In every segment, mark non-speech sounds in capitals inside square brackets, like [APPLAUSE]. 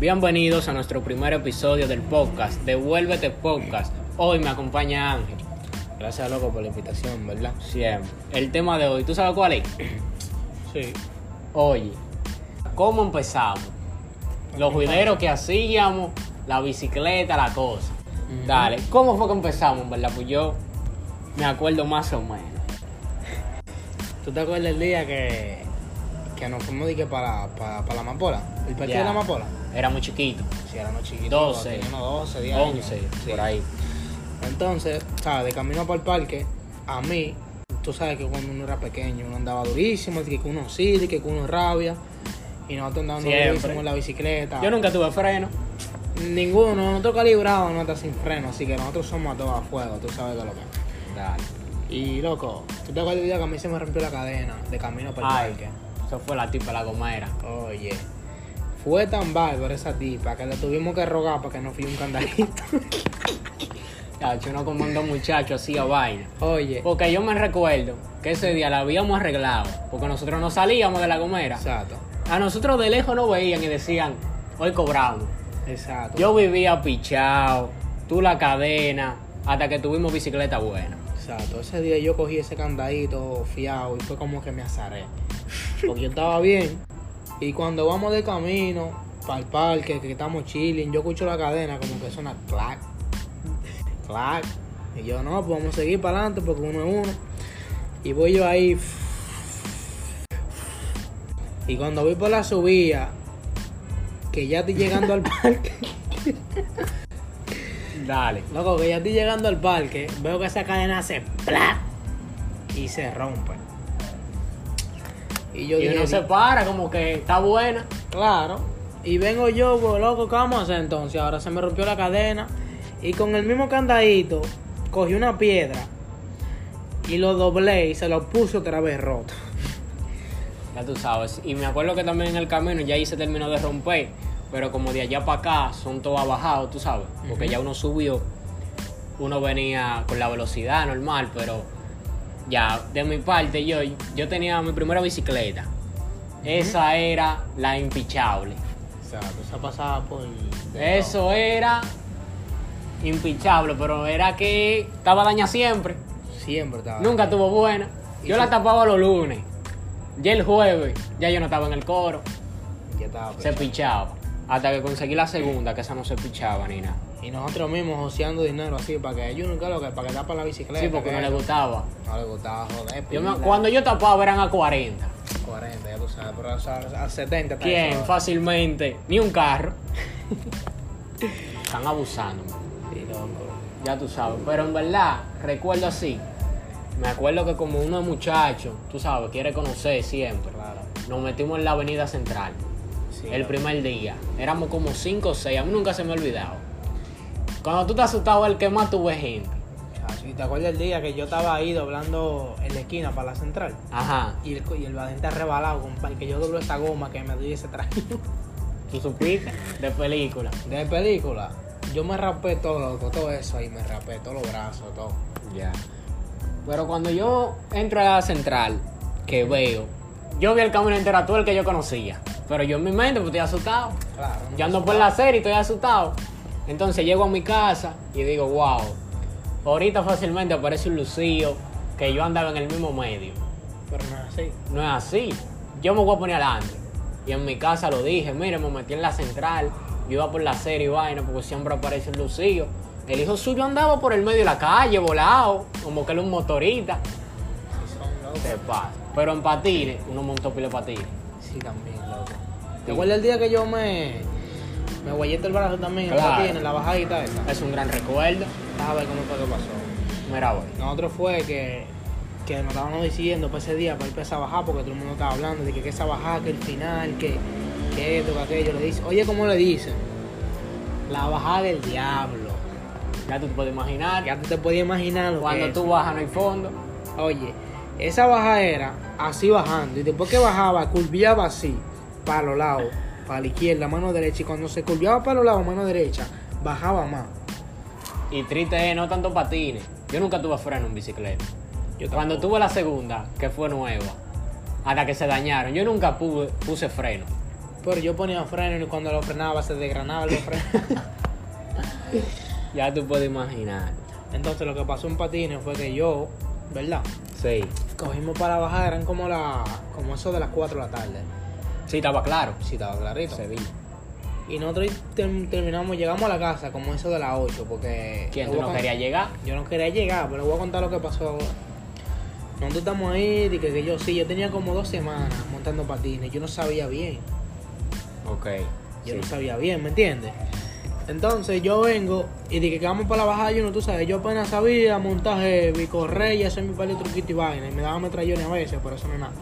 Bienvenidos a nuestro primer episodio del podcast, Devuélvete Podcast. Hoy me acompaña Ángel. Gracias, loco, por la invitación, ¿verdad? Siempre. El tema de hoy, ¿tú sabes cuál es? Sí. Oye, ¿cómo empezamos? Los juideros que hacíamos, la bicicleta, la cosa. Dale, ¿cómo fue que empezamos, verdad? Pues yo me acuerdo más o menos. ¿Tú te acuerdas el día que, que nos fuimos dije, para, para, para la amapola? ¿El partido Ya. de la amapola? Era muy chiquito, Sí, éramos chiquitos. 12, Teníamos 12, 10 años. 11, Sí. por ahí. Entonces, ¿sabes? De camino para el parque, a mí, tú sabes que cuando uno era pequeño, uno andaba durísimo, de que uno sí, de que uno rabia. Y nosotros andábamos Siempre. durísimo en la bicicleta. Yo nunca tuve freno. Ninguno, nosotros calibrados no está sin freno, así que nosotros somos a todo a fuego, tú sabes de lo que es. Dale. Y loco, ¿tú te acuerdas del día que a mí se me rompió la cadena de camino para el Ay, parque? eso fue la tipa, la gomera. Oye, fue tan bárbaro esa tipa que le tuvimos que rogar para que no fui un candadito. [LAUGHS] Ya, yo no comando muchacho hacía vaina. Oye, Porque yo me recuerdo que ese día la habíamos arreglado, porque nosotros no salíamos de la gomera. exacto, A nosotros de lejos no veían y decían, hoy cobramos. exacto. Yo vivía pichado, tú la cadena, hasta que tuvimos bicicleta buena. Exacto, ese día yo cogí ese candadito fiado y fue como que me azaré. Porque yo estaba bien. Y cuando vamos de camino para el parque, que estamos chilling, yo escucho la cadena como que suena clac, clac. Y yo no, pues vamos a seguir para adelante porque uno es uno. Y voy yo ahí. Y cuando voy por la subida, que ya estoy llegando al [LAUGHS] parque. Dale. Loco, que ya estoy llegando al parque, veo que esa cadena hace ¡plap! y se rompe. Y yo Y dije, uno se para, como que está buena. claro. Y vengo yo, pues, loco, ¿qué vamos a hacer entonces? Ahora se me rompió la cadena. Y con el mismo candadito, cogí una piedra y lo doblé y se lo puse otra vez roto. Ya tú sabes. Y me acuerdo que también en el camino ya ahí se terminó de romper. Pero como de allá para acá son todos abajados, tú sabes. Porque Ujú. ya uno subió. Uno venía con la velocidad normal, pero ya de mi parte yo, yo tenía mi primera bicicleta. Esa era la impichable. Exacto, esa pasada por. Eso era impichable, pero era que estaba daña siempre. Siempre estaba. Nunca tuvo buena. ¿Y Yo si- la tapaba los lunes. Ya el jueves, ya yo no estaba en el coro. Ya estaba Se pichado. pichaba. Hasta que conseguí la segunda, que esa no se pichaba ni nada. Y nosotros mismos joseando dinero así para que ellos nunca lo que para que tapen la bicicleta. Sí, porque que no le eso. gustaba. No le gustaba joder. Yo me- pila. cuando yo tapaba eran a 40. 40, ya tú sabes, pero o sea, a 70 está ¿Quién? eso. Fácilmente. Ni un carro. Están abusando. Sí, loco. Ya tú sabes. Pero en verdad, recuerdo así. Me acuerdo que como uno es muchacho, tú sabes, quiere conocer siempre. Claro. Nos metimos en la avenida central. Sí, el loco. primer día. Éramos como 5 o 6. A mí nunca se me ha olvidado. Cuando tú te asustabas, el que más tuve gente. Chacho, ¿Y te acuerdas el día que yo estaba ahí doblando en la esquina para la central? Ajá. Y el, co- y el badén está rebalado, compadre, que yo doblo esa goma que me dio ese traje. [LAUGHS] Tú supiste de película. De película, yo me rapé todo, loco, todo eso ahí, me rapé todos los brazos, todo. Ya. Pero cuando yo entro a la central, que veo, yo vi el camino entero a todo el que yo conocía. Pero yo en mi mente, pues estoy asustado. Claro. Yo ando por la serie y estoy asustado. Entonces llego a mi casa y digo, wow, ahorita fácilmente aparece un lucío que yo andaba en el mismo medio. Pero no es así. No es así. Yo me voy a poner adelante. Y en mi casa lo dije, mire, me metí en la central, yo iba por la serie y vaina, porque siempre aparece el lucillo. El hijo suyo andaba por el medio de la calle, volado, como que era un motorista. Sí, son locos. Se pasa. Pero en patines, uno montó pile de patines. Sí, también, loco. ¿Te acuerdas el día que yo me. me guayete el brazo también, en Claro. la tiene, en la bajadita esa? Es un gran recuerdo. A ver cómo fue que pasó. Mira hoy. Nosotros fue que, que nos estábamos diciendo para ese día, para ir para esa bajada, porque todo el mundo estaba hablando de que, que esa bajada, que el final, que, que esto, que aquello. Le dice, oye, ¿cómo le dicen? La bajada del diablo. Ya tú te puedes imaginar. Ya tú te podías imaginar lo que Cuando es. tú bajas no hay fondo. Oye, esa bajada era así bajando, y después que bajaba, curviaba así, para los lados, para la izquierda, mano derecha, y cuando se curviaba para los lados, mano derecha, bajaba más. Y triste es, no tanto patines. Yo nunca tuve freno en bicicleta. Yo Cuando tuve la segunda, que fue nueva, hasta que se dañaron, yo nunca pude- puse freno. Pero yo ponía freno y cuando lo frenaba se desgranaba los [LAUGHS] frenos. Ya tú puedes imaginar. Entonces lo que pasó en patines fue que yo, ¿verdad? Sí. Cogimos para bajar, eran como la, como eso de las 4 de la tarde. Sí, estaba claro. Sí, estaba clarito. Se vi. Y nosotros tem- terminamos, llegamos a la casa como eso de las 8, porque... ¿Quién yo tú voy a no con- querías llegar? Yo no quería llegar, pero voy a contar lo que pasó ahora. Nosotros estamos ahí, y que, que yo sí, yo tenía como dos semanas montando patines, yo no sabía bien, Ok. yo sí. no sabía bien, ¿me entiendes? Entonces yo vengo y dije que vamos para la bajada, yo no, tú sabes, yo apenas sabía montar heavy, correr y hacer mi par de truquitos y vaina, y me daba metrallones a veces, pero eso no es nada.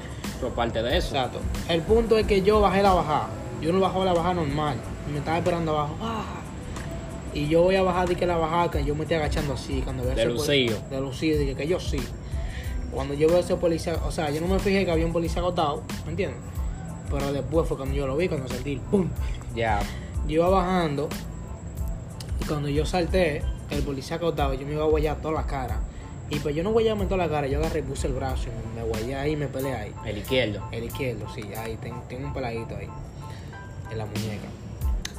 Pero aparte de eso. Exacto. El punto es que yo bajé la bajada. Yo no bajé la bajada normal. Me estaba esperando abajo. ¡Ah! Y yo voy a bajar de que la bajada, que yo me estoy agachando así. Cuando veo De ese lucillo. poli- De lucillo, dije que yo sí. Cuando yo veo ese policía, o sea, yo no me fijé que había un policía agotado, ¿me entiendes? Pero después fue cuando yo lo vi, cuando sentí el ¡pum! Ya. Yo iba bajando y cuando yo salté, el policía acotado, yo me iba a guayar toda la cara. Y pues yo no guayarme toda la cara, yo agarré y puse el brazo y me guayé ahí y me peleé ahí. El izquierdo. El izquierdo, sí, ahí ten- tengo un peladito ahí. En la muñeca.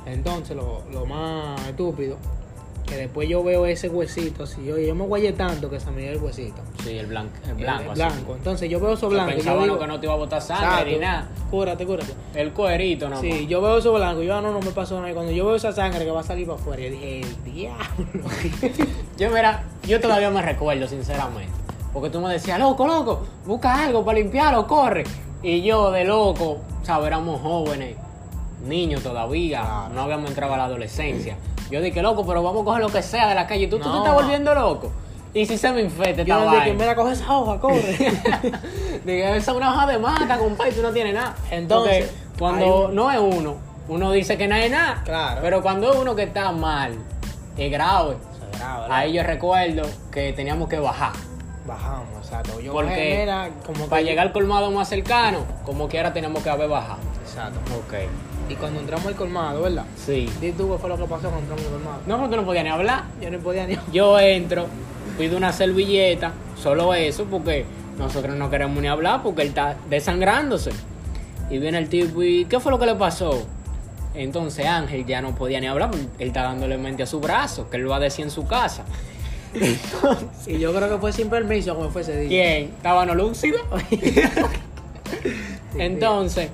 Entonces, lo, lo más estúpido, que después yo veo ese huesito, si yo, yo me guayé tanto que se me dio el huesito. Sí, el blanco. El El- blanco. el así. blanco. Entonces yo veo eso blanco. Pensaba yo digo, no, que no te iba a botar sangre ni "Exacto, nada. Cúrate, cúrate. El cuerito nomás. Sí, yo veo eso blanco, yo ah, no, no me pasó nada. Y Cuando yo veo esa sangre que va a salir para afuera, yo dije, el [LAUGHS] diablo. Yo, mira, yo todavía me recuerdo, sinceramente. Porque tú me decías, loco, loco, busca algo para limpiarlo, corre. Y yo, de loco, sabes, éramos jóvenes, niños todavía, Claro. no habíamos entrado a la adolescencia. Yo dije, loco, pero vamos a coger lo que sea de la calle. Tú, tú te No. estás volviendo loco. Y si se me infecta esta yo dije, vaina. mira, coge esa hoja, corre. [LAUGHS] Dije, esa es una hoja de mata, compadre, tú no tienes nada. Entonces, Porque cuando hay no es uno, uno dice que no es nada. Claro. Pero cuando es uno que está mal, es grave. Ahí Ahí yo recuerdo que teníamos que bajar. bajamos, exacto. Yo Porque cogí, mira, como que- Para llegar al colmado más cercano, como quiera tenemos que haber bajado. Exacto. Ok. Y cuando entramos al colmado, ¿verdad? Sí. Dí tú qué fue lo que pasó cuando entramos al colmado. No, porque no podía ni hablar. Yo no podía ni. [LAUGHS] Yo entro, pido una servilleta, solo eso, porque nosotros no queremos ni hablar, porque él está desangrándose. Y viene el tipo y ¿qué fue lo que le pasó? Entonces Ángel ya no podía ni hablar, porque él está dándole mente a su brazo, que él lo va a decir en su casa. Y yo creo que fue sin permiso como fue ese día. ¿Quién? ¿Estaba no [LAUGHS] lúcido? [LAUGHS] Entonces,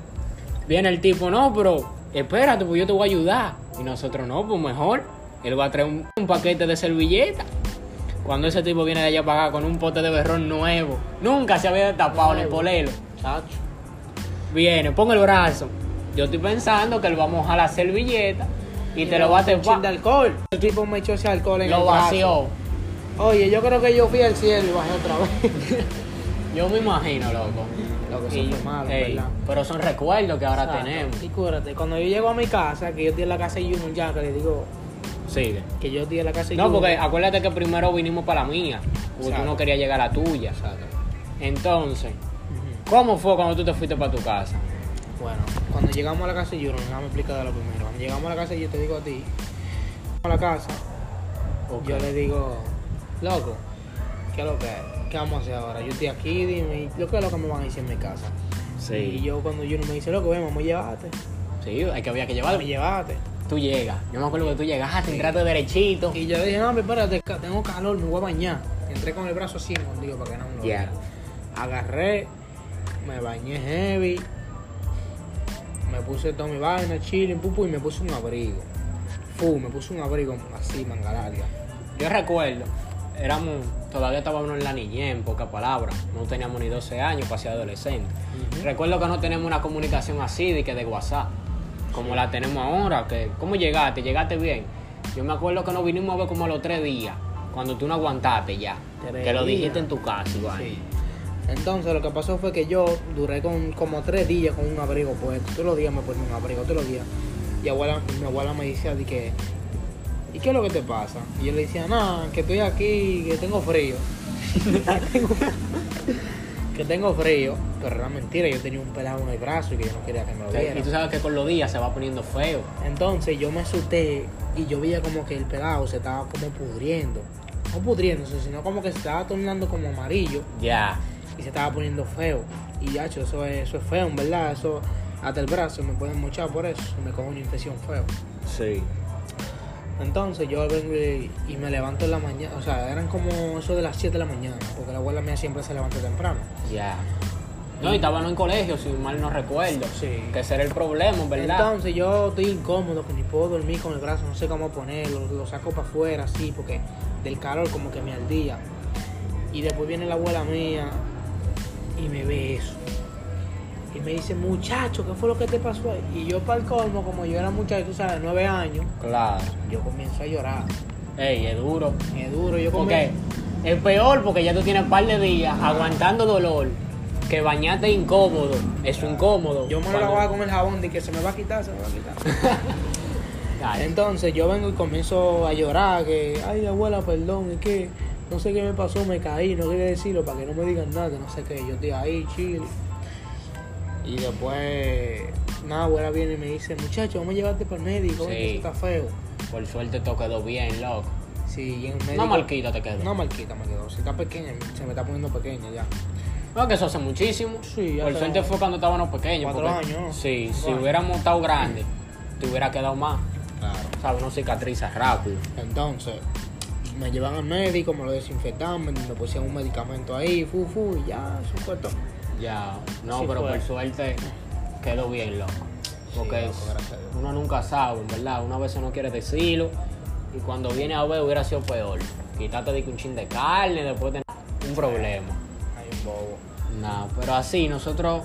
viene el tipo, no, pero espérate, pues yo te voy a ayudar. Y nosotros, no, pues mejor. Él va a traer un, un paquete de servilletas. Cuando ese tipo viene de allá para acá con un pote de berrón nuevo, nunca se había tapado ni Nuevo. polelo. Chacho. Viene, pon el brazo. Yo estoy pensando que él va a mojar la servilleta y, te lo va a un chin de tepar. alcohol. El tipo me echó ese alcohol en el Lo brazo. vació. Oye, yo creo que yo fui al cielo y bajé otra vez. [LAUGHS] Yo me imagino, loco. Loco, eso Y- fue malo, ey, ¿verdad? Pero son recuerdos que ahora tenemos. Y cúrate, cuando yo llego a mi casa, que yo estoy en la casa de Junior ya, que le digo Sigue. que yo estoy en la casa de No, Junior. porque acuérdate que primero vinimos para la mía, porque tú Exacto. no querías llegar a la tuya. Exacto. Entonces, Ujú. ¿cómo fue cuando tú te fuiste para tu casa? Bueno, cuando llegamos a la casa de Junior, déjame explicar lo primero. Cuando llegamos a la casa, yo te digo a ti, a la casa, Yo le digo, loco, ¿qué es lo que es? ¿Qué vamos a hacer ahora? Yo estoy aquí, dime, ¿lo que es lo que me van a decir en mi casa? Y Sí. yo cuando Junior me dice, loco, ven, vamos a llevarte. Sí, hay que había que Vamos llevarlo. a llevarte. Tú llegas. Yo me acuerdo que tú llegaste, entraste derechito. Y yo le dije, no, hombre, espérate, ca- tengo calor, me voy a bañar. Entré con el brazo así escondido para que no me lo Ya. vea. Agarré, me bañé heavy, me puse toda mi vaina, chile, pupu, y me puse un abrigo. Fu, me puse un abrigo así, manga larga. Yo recuerdo, éramos, todavía estábamos en la niñez, en pocas palabras. No teníamos ni 12 años, casi adolescentes. Recuerdo que no tenemos una comunicación así de que de WhatsApp, como la tenemos ahora, que ¿cómo llegaste? ¿Llegaste bien? Yo me acuerdo que nos vinimos a ver como a los tres días, cuando tú no aguantaste ya, Tres que lo días. dijiste en tu casa, igual. Sí. Entonces lo que pasó fue que yo duré con, como tres días con un abrigo puesto. Todos los días me ponía un abrigo, todos los días. Y abuela, mi abuela me decía de que, ¿y qué es lo que te pasa? Y yo le decía, nada, que estoy aquí, que tengo frío. [LAUGHS] que tengo frío. Pero era mentira, yo tenía un pelado en el brazo y que yo no quería que me lo O sea, Y tú viera. sabes que con los días se va poniendo feo. Entonces yo me asusté y yo veía como que el pelado se estaba como pudriendo. No pudriéndose, sino como que se estaba tornando como amarillo Ya. y se estaba poniendo feo. Y ya, eso es, eso es feo, en verdad. Eso, hasta el brazo, me pueden mochar por eso, me cojo una infección feo. Sí. Entonces yo vengo y, y me levanto en la mañana, o sea, eran como eso de las 7 de la mañana, porque la abuela mía siempre se levanta temprano. Ya. No, y estaban en colegio, si mal no recuerdo. Sí. Que ese era el problema, ¿verdad? Entonces yo estoy incómodo, que ni puedo dormir con el brazo, no sé cómo ponerlo, lo saco para afuera así, porque del calor como que me ardía. Y después viene la abuela mía y me ve eso. Y me dice, muchacho, ¿qué fue lo que te pasó? ahí?" Y yo para el colmo, como yo era muchacho, tú sabes, nueve años, Claro. yo comienzo a llorar. Ey, es duro. Es duro, yo como... Porque es peor porque ya tú tienes un par de días aguantando dolor. Que bañarte incómodo. Es incómodo. Yo me lo Cuando- lavaba con el jabón de que se me va a quitar, se me va a quitar. Ay, Ah, Entonces yo vengo y comienzo a llorar, que, ay abuela, perdón, es que no sé qué me pasó, me caí, no quería decirlo para que no me digan nada, que no sé qué, yo estoy ahí, chile. Y después, nada, abuela viene y me dice, muchacho, vamos a llevarte para el médico, oye, Sí. que eso está feo. Por suerte te quedó bien, loco. Sí, y en el médico... Una marquita te quedó. Una marquita me quedó, si está pequeña, se me está poniendo pequeña ya. No, que eso hace muchísimo. Sí, ya Por está. suerte fue cuando estábamos pequeños. Cuatro porque- años, ¿no? Sí, Cuatro si años. hubiéramos estado grandes, te hubiera quedado más. Claro. ¿Sabes? No cicatriza rápido. Entonces, me llevan al médico, me lo desinfectaban, me, me pusieron un medicamento ahí, fu, fu, y ya, eso fue todo. Ya. No, Sí pero fue. por suerte quedó bien, loco. Sí, Porque loco, gracias a Dios. uno nunca sabe, en ¿verdad? Una vez no quiere decirlo. Y cuando viene a ver, hubiera sido peor. Quítate de que un chin de carne, después tener un problema. Hay un bobo. Nada, pero así nosotros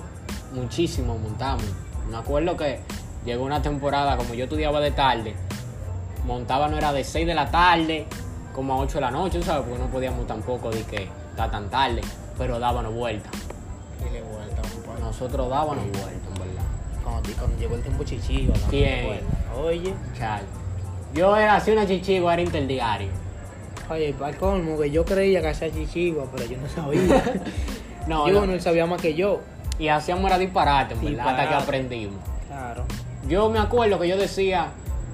muchísimo montamos. Me acuerdo que llegó una temporada, como yo estudiaba de tarde, montaba no era de 6 de la tarde, como a 8 de la noche, ¿sabes? Porque no podíamos tampoco de que está tan tarde, pero dábamos vueltas. Y le vuelta un poco. Nosotros dábamos vueltas, en verdad. Cuando, cuando llegó el tiempo chichillo, no ¿Quién? me acuerdo. Oye, Chal. Yo era así una chichigo, era interdiario. oye, para colmo que yo creía que hacía chichigua, pero yo no sabía. No, yo no. [LAUGHS] no él sabía más que yo. Y hacíamos era disparate, en verdad, hasta que Disparate. aprendimos. Claro. Yo me acuerdo que yo decía,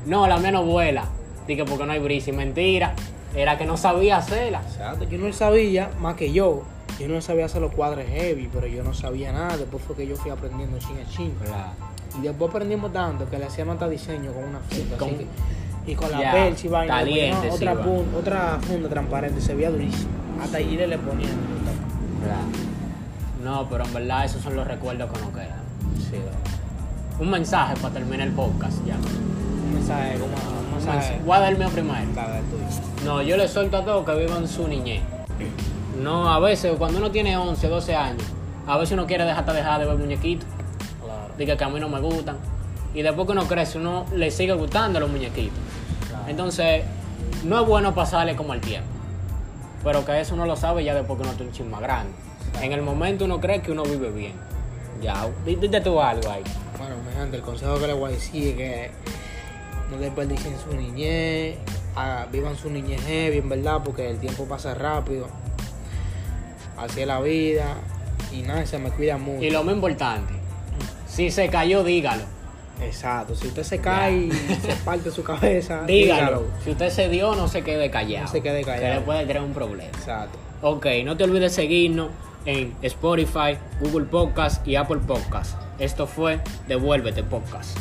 no, la mía no vuela. Dije, porque no hay brisa. Y mentira, era que no sabía hacerla. Exacto. Yo no él sabía más que yo. Yo no sabía hacer los cuadres heavy, pero yo no sabía nada. Después fue que yo fui aprendiendo chin a chin. Y después aprendimos tanto que le hacían hasta diseño con una funda. Con- así que- y con la Ya, percha y vaina. le caliente, ponían otra, sí, va. pun- otra funda transparente, se veía durísimo. Hasta ahí le ponían. No, pero en verdad esos son los recuerdos que nos quedan. Sí, Un mensaje para terminar el podcast ya. Un un mensaje, como un mensaje. mensaje. Voy a dar el mío primero. Dale, dale, tuyo. No, yo le suelto a todos que vivan su niñez. No, a veces cuando uno tiene 11, 12 años, a veces uno quiere dejar hasta dejar de ver muñequitos. Claro. Dice que a mí no me gustan. Y después que uno crece, uno le sigue gustando los muñequitos. Entonces, no es bueno pasarle como el tiempo. Pero que eso uno lo sabe ya después que uno está un chin más grande. En el momento uno cree que uno vive bien. Ya, di- dite tú algo ahí. Bueno, mi gente, el consejo que le voy a decir es que no desperdicien su niñez, ah, vivan su niñez heavy, en verdad, porque el tiempo pasa rápido. Así es la vida. Y nada, se me cuida mucho. Y lo más importante, si se cayó, dígalo. Exacto, si usted se cae [LAUGHS] y se parte su cabeza, Dígalo. Si usted se dio, no se quede callado. No se quede callado. Que le puede crear un problema. Exacto. Ok, no te olvides seguirnos en Spotify, Google Podcast y Apple Podcast. Esto fue Devuélvete Podcast.